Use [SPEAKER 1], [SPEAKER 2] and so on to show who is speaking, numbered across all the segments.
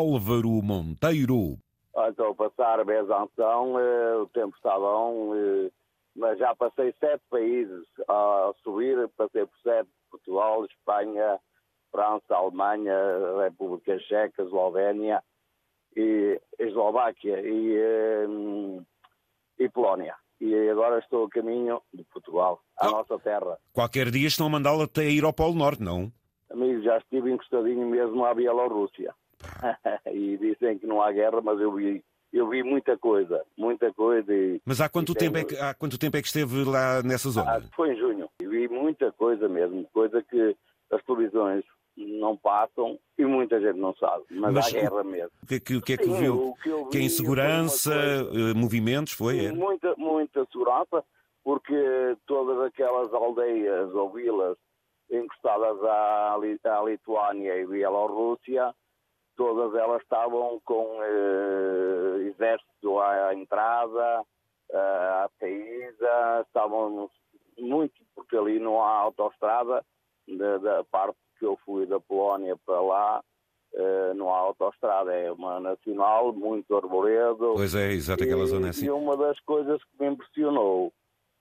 [SPEAKER 1] Álvaro Monteiro.
[SPEAKER 2] Ah, Estou a passar Besanção, eh, o tempo está bom, eh, mas já passei sete países a subir, passei por sete, Portugal, Espanha, França, Alemanha, República Checa, Eslovénia e Eslováquia e, eh, e Polónia. E agora estou a caminho de Portugal, a nossa terra.
[SPEAKER 1] Qualquer dia estão a mandá-lo até ir ao Polo Norte, não?
[SPEAKER 2] Amigo, já estive encostadinho mesmo à Bielorrússia. e dizem que não há guerra, mas eu vi, eu vi muita coisa, muita coisa. E,
[SPEAKER 1] Mas há quanto,
[SPEAKER 2] Sim,
[SPEAKER 1] tempo é
[SPEAKER 2] eu-
[SPEAKER 1] que, há quanto tempo é que esteve lá nessa
[SPEAKER 2] ah,
[SPEAKER 1] zona?
[SPEAKER 2] foi em junho. E vi muita coisa mesmo, coisa que as televisões não passam e muita gente não sabe. Mas,
[SPEAKER 1] Mas
[SPEAKER 2] há guerra mesmo.
[SPEAKER 1] O que é que, o que, é que
[SPEAKER 2] Sim,
[SPEAKER 1] viu?
[SPEAKER 2] o que eu
[SPEAKER 1] Que é
[SPEAKER 2] vi
[SPEAKER 1] insegurança,
[SPEAKER 2] foi uma
[SPEAKER 1] eh, movimentos, foi?
[SPEAKER 2] coisa-
[SPEAKER 1] é?
[SPEAKER 2] Muita, muita segurança, porque todas aquelas aldeias ou vilas encostadas à, Li- à Lituânia e Bielorrússia, todas elas estavam com eh, exército à entrada, eh, à saída, estavam muito, porque ali não há autoestrada, da, da parte que eu fui da Polónia para lá, eh, não há autoestrada, é uma nacional, muito arboredo,
[SPEAKER 1] Pois é, exato, aquela
[SPEAKER 2] e,
[SPEAKER 1] zona assim.
[SPEAKER 2] e uma das coisas que me impressionou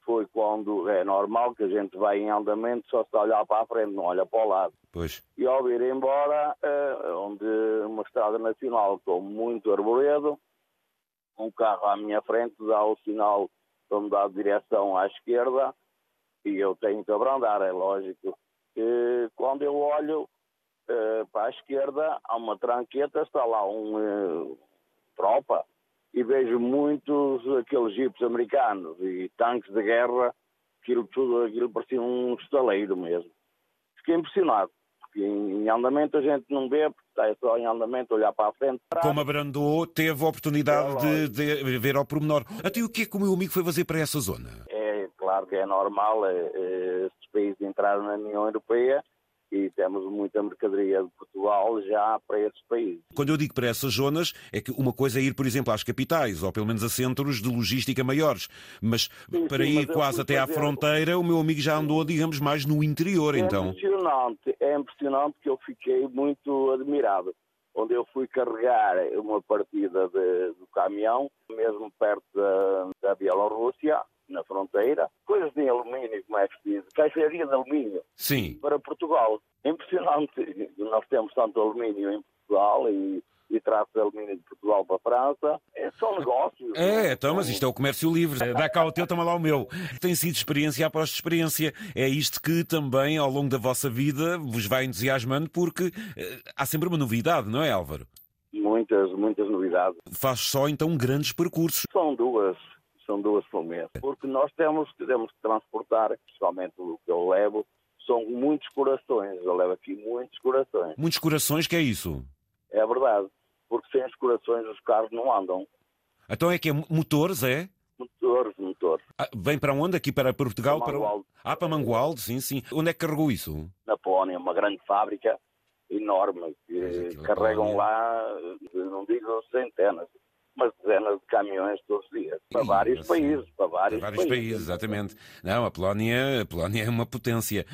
[SPEAKER 2] foi quando é normal que a gente vai em andamento só se olhar para a frente, não olha para o lado.
[SPEAKER 1] Pois.
[SPEAKER 2] E ao vir embora, eh, onde uma estrada nacional com muito arboredo, um carro à minha frente dá o sinal para mudar de direção à esquerda e eu tenho que abrandar, é lógico. E quando eu olho eh, para a esquerda, há uma tranqueta, está lá um eh, tropa e vejo muitos aqueles jipes americanos e tanques de guerra, aquilo tudo, aquilo parecia um estaleiro mesmo. Fiquei impressionado, porque em, em andamento a gente não vê, porque está só em andamento olhar para a frente.
[SPEAKER 1] Como abrandou, teve a oportunidade de, de ver ao pormenor. Até o que é que o meu amigo foi fazer para essa zona?
[SPEAKER 2] É claro que é normal, eh, eh, estes países entraram na União Europeia e temos muita mercadoria de Portugal já para esses países.
[SPEAKER 1] Quando eu digo para essas zonas, é que uma coisa é ir, por exemplo, às capitais, ou pelo menos a centros de logística maiores. Mas
[SPEAKER 2] Sim,
[SPEAKER 1] para
[SPEAKER 2] sim,
[SPEAKER 1] ir
[SPEAKER 2] mas eu
[SPEAKER 1] quase
[SPEAKER 2] fui
[SPEAKER 1] até à
[SPEAKER 2] fazer-
[SPEAKER 1] fronteira, o meu amigo já andou, digamos, mais no interior,
[SPEAKER 2] É
[SPEAKER 1] então.
[SPEAKER 2] impressionante, é impressionante que eu fiquei muito admirado. Onde eu fui carregar uma partida de- do caminhão, mesmo perto da, da Bielorrússia, na fronteira, coisas de alumínio, como é que se diz, caixaria de alumínio
[SPEAKER 1] Sim.
[SPEAKER 2] para Portugal. É Impressionante, nós temos tanto alumínio em Portugal e, e traço de alumínio de Portugal para a França. É só negócio.
[SPEAKER 1] É, então, mas isto é o comércio livre. Dá cá o teu, toma lá o meu. Tem sido experiência após experiência. É isto que também, ao longo da vossa vida, vos vai entusiasmando, porque eh, há sempre uma novidade, não é, Álvaro?
[SPEAKER 2] Muitas, muitas novidades.
[SPEAKER 1] Faz só, então, grandes percursos.
[SPEAKER 2] São duas, são duas por mês. Porque nós temos, temos que transportar, principalmente o que eu levo, são muitos corações. Eu levo aqui muitos corações.
[SPEAKER 1] Muitos corações, que é isso?
[SPEAKER 2] É verdade. Porque sem os corações os carros não andam.
[SPEAKER 1] Então é que é mo- motores, é?
[SPEAKER 2] Motores, motores.
[SPEAKER 1] Ah, Vem para onde? Aqui para Portugal? Para... o-
[SPEAKER 2] Mangualde,
[SPEAKER 1] Ah, para Mangualde, sim, sim. Onde é que carregou isso?
[SPEAKER 2] na Polónia, uma grande fábrica enorme.
[SPEAKER 1] Mas
[SPEAKER 2] Que
[SPEAKER 1] aquilo é
[SPEAKER 2] carregam
[SPEAKER 1] Polónia.
[SPEAKER 2] lá, não digo centenas, mas dezenas de caminhões todos os dias. Para
[SPEAKER 1] Ih,
[SPEAKER 2] vários
[SPEAKER 1] assim,
[SPEAKER 2] países. Para vários,
[SPEAKER 1] Para vários países, ah. exatamente. Não, a Polónia, a Polónia é uma potência.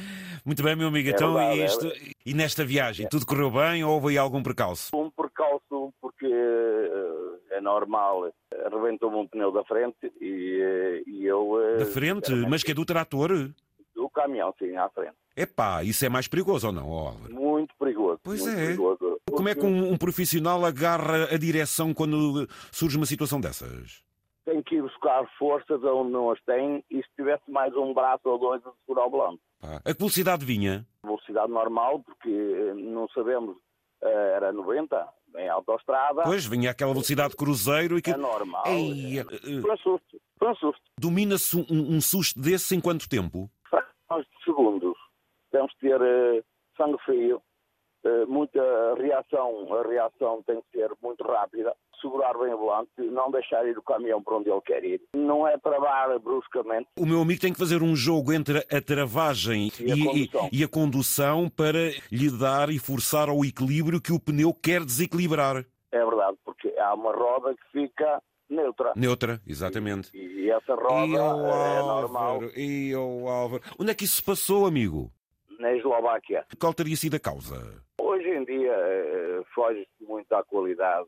[SPEAKER 1] Muito bem, meu amigo.
[SPEAKER 2] É
[SPEAKER 1] Então,
[SPEAKER 2] verdade,
[SPEAKER 1] e,
[SPEAKER 2] é
[SPEAKER 1] isto- e nesta viagem, tudo correu bem ou houve aí algum percalço?
[SPEAKER 2] Um percalço, porque eh, é normal, arrebentou-me um pneu da frente e, eh, e eu. eh,
[SPEAKER 1] Da frente?
[SPEAKER 2] sinceramente,
[SPEAKER 1] Mas que é do trator?
[SPEAKER 2] O caminhão, sim, à frente.
[SPEAKER 1] Epá, isso é mais perigoso ou não, ó, Álvaro?
[SPEAKER 2] Muito perigoso.
[SPEAKER 1] Pois
[SPEAKER 2] muito
[SPEAKER 1] é.
[SPEAKER 2] Perigoso,
[SPEAKER 1] Como é que
[SPEAKER 2] Porque
[SPEAKER 1] um, um profissional agarra a direção quando surge uma situação dessas?
[SPEAKER 2] Tem que ir buscar forças onde não as tem e se tivesse mais um braço ou dois de segurar o volante.
[SPEAKER 1] Pá, A que velocidade vinha?
[SPEAKER 2] Velocidade normal, porque eh, não sabemos, eh, era 90, em autoestrada.
[SPEAKER 1] Pois, vinha aquela velocidade de cruzeiro e que...
[SPEAKER 2] É normal.
[SPEAKER 1] Ei,
[SPEAKER 2] é.
[SPEAKER 1] eh,
[SPEAKER 2] Foi um susto, foi um susto.
[SPEAKER 1] Domina-se um, um susto desse em quanto tempo?
[SPEAKER 2] frações de segundos. Temos que ter eh, sangue frio, eh, muita reação, a reação tem que ser muito rápida, segurar bem o volante, não deixar ir o caminhão para onde ele quer ir. Não é travar bruscamente,
[SPEAKER 1] O meu amigo tem que fazer um jogo entre a travagem
[SPEAKER 2] E a condução.
[SPEAKER 1] e a condução para lhe dar e forçar ao equilíbrio que o pneu quer desequilibrar.
[SPEAKER 2] é verdade, porque há uma roda que fica neutra.
[SPEAKER 1] Neutra, exatamente.
[SPEAKER 2] E essa roda
[SPEAKER 1] E ao
[SPEAKER 2] é normal
[SPEAKER 1] Álvaro, e ao Álvaro. Onde é que isso se passou, amigo?
[SPEAKER 2] na Eslováquia.
[SPEAKER 1] Qual teria sido a causa?
[SPEAKER 2] Hoje em dia eh, foge-se muito à qualidade,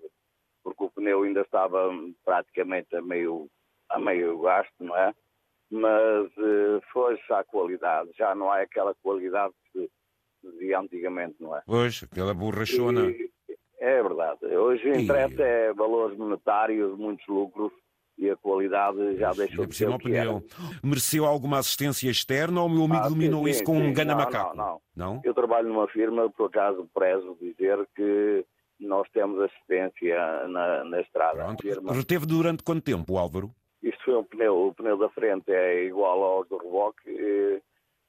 [SPEAKER 2] porque o pneu ainda estava praticamente a meio, a meio gasto, não é? Mas eh, foi-se à qualidade, já não é aquela qualidade que se dizia antigamente, não é?
[SPEAKER 1] Pois, aquela borrachona.
[SPEAKER 2] E- É verdade. Hoje
[SPEAKER 1] E-
[SPEAKER 2] interessa é valores monetários, muitos lucros e a qualidade já
[SPEAKER 1] Ainda
[SPEAKER 2] deixou de
[SPEAKER 1] por
[SPEAKER 2] ser
[SPEAKER 1] cima,
[SPEAKER 2] o
[SPEAKER 1] o
[SPEAKER 2] que era.
[SPEAKER 1] é um pneu. Mereceu alguma assistência externa ou o meu amigo
[SPEAKER 2] Ah, sim,
[SPEAKER 1] dominou
[SPEAKER 2] sim,
[SPEAKER 1] isso com
[SPEAKER 2] sim.
[SPEAKER 1] um ganda
[SPEAKER 2] Não,
[SPEAKER 1] macaco?
[SPEAKER 2] não, não.
[SPEAKER 1] Não?
[SPEAKER 2] Eu trabalho numa firma, por acaso prezo dizer que nós temos assistência na, na estrada.
[SPEAKER 1] Pronto.
[SPEAKER 2] Firma.
[SPEAKER 1] Reteve durante quanto tempo, Álvaro?
[SPEAKER 2] Isto foi um pneu, o pneu da frente é igual aos do reboque e,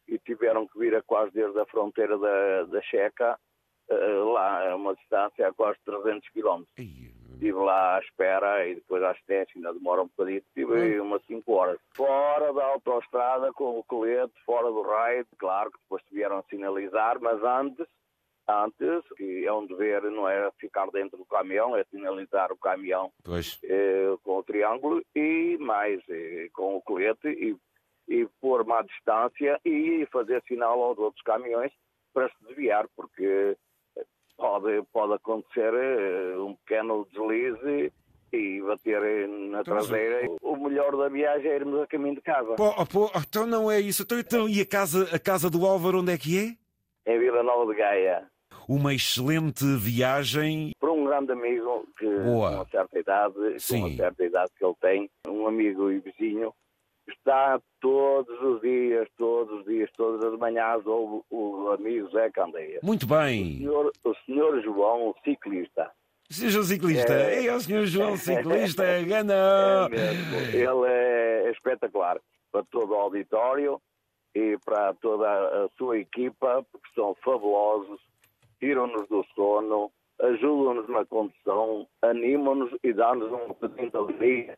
[SPEAKER 2] e tiveram que vir a quase desde a fronteira da, da Checa, eh, lá a uma distância a quase 300 km.
[SPEAKER 1] Ei,
[SPEAKER 2] Estive lá à espera e depois à assistência, ainda demora um bocadinho, estive aí umas 5 horas. Fora da autoestrada, com o colete, fora do raio, claro que depois vieram sinalizar, mas antes, antes, que é um dever, não é ficar dentro do caminhão, é sinalizar o caminhão
[SPEAKER 1] Pois.
[SPEAKER 2] eh, com o triângulo e mais eh, com o colete e, e pôr-me à distância e fazer sinal aos outros caminhões para se desviar, porque eh, pode, pode acontecer eh, um pequeno deslize e bater eh, na
[SPEAKER 1] Então, mas o-
[SPEAKER 2] traseira. O melhor da viagem é irmos a caminho de casa.
[SPEAKER 1] Pô, oh, pô, oh, então não é isso. Então, então, e a casa, a casa do Álvaro onde é que é?
[SPEAKER 2] Em Vila Nova de Gaia,
[SPEAKER 1] Uma excelente viagem.
[SPEAKER 2] por um grande amigo que
[SPEAKER 1] Boa.
[SPEAKER 2] com uma certa idade,
[SPEAKER 1] Sim.
[SPEAKER 2] com uma certa idade que ele tem, um amigo e vizinho, está todos os dias, todos os dias, todas as manhãs, ouve o amigo Zé Candeia.
[SPEAKER 1] Muito
[SPEAKER 2] O
[SPEAKER 1] bem.
[SPEAKER 2] senhor, o senhor João, o ciclista.
[SPEAKER 1] Senhor João Ciclista.
[SPEAKER 2] É.
[SPEAKER 1] É, o senhor João Ciclista.
[SPEAKER 2] É
[SPEAKER 1] Gana.
[SPEAKER 2] mesmo. Ele é espetacular para todo o auditório e para toda a sua equipa, porque são fabulosos, tiram-nos do sono, ajudam-nos na condução, animam-nos e dão-nos um bocadinho de alegria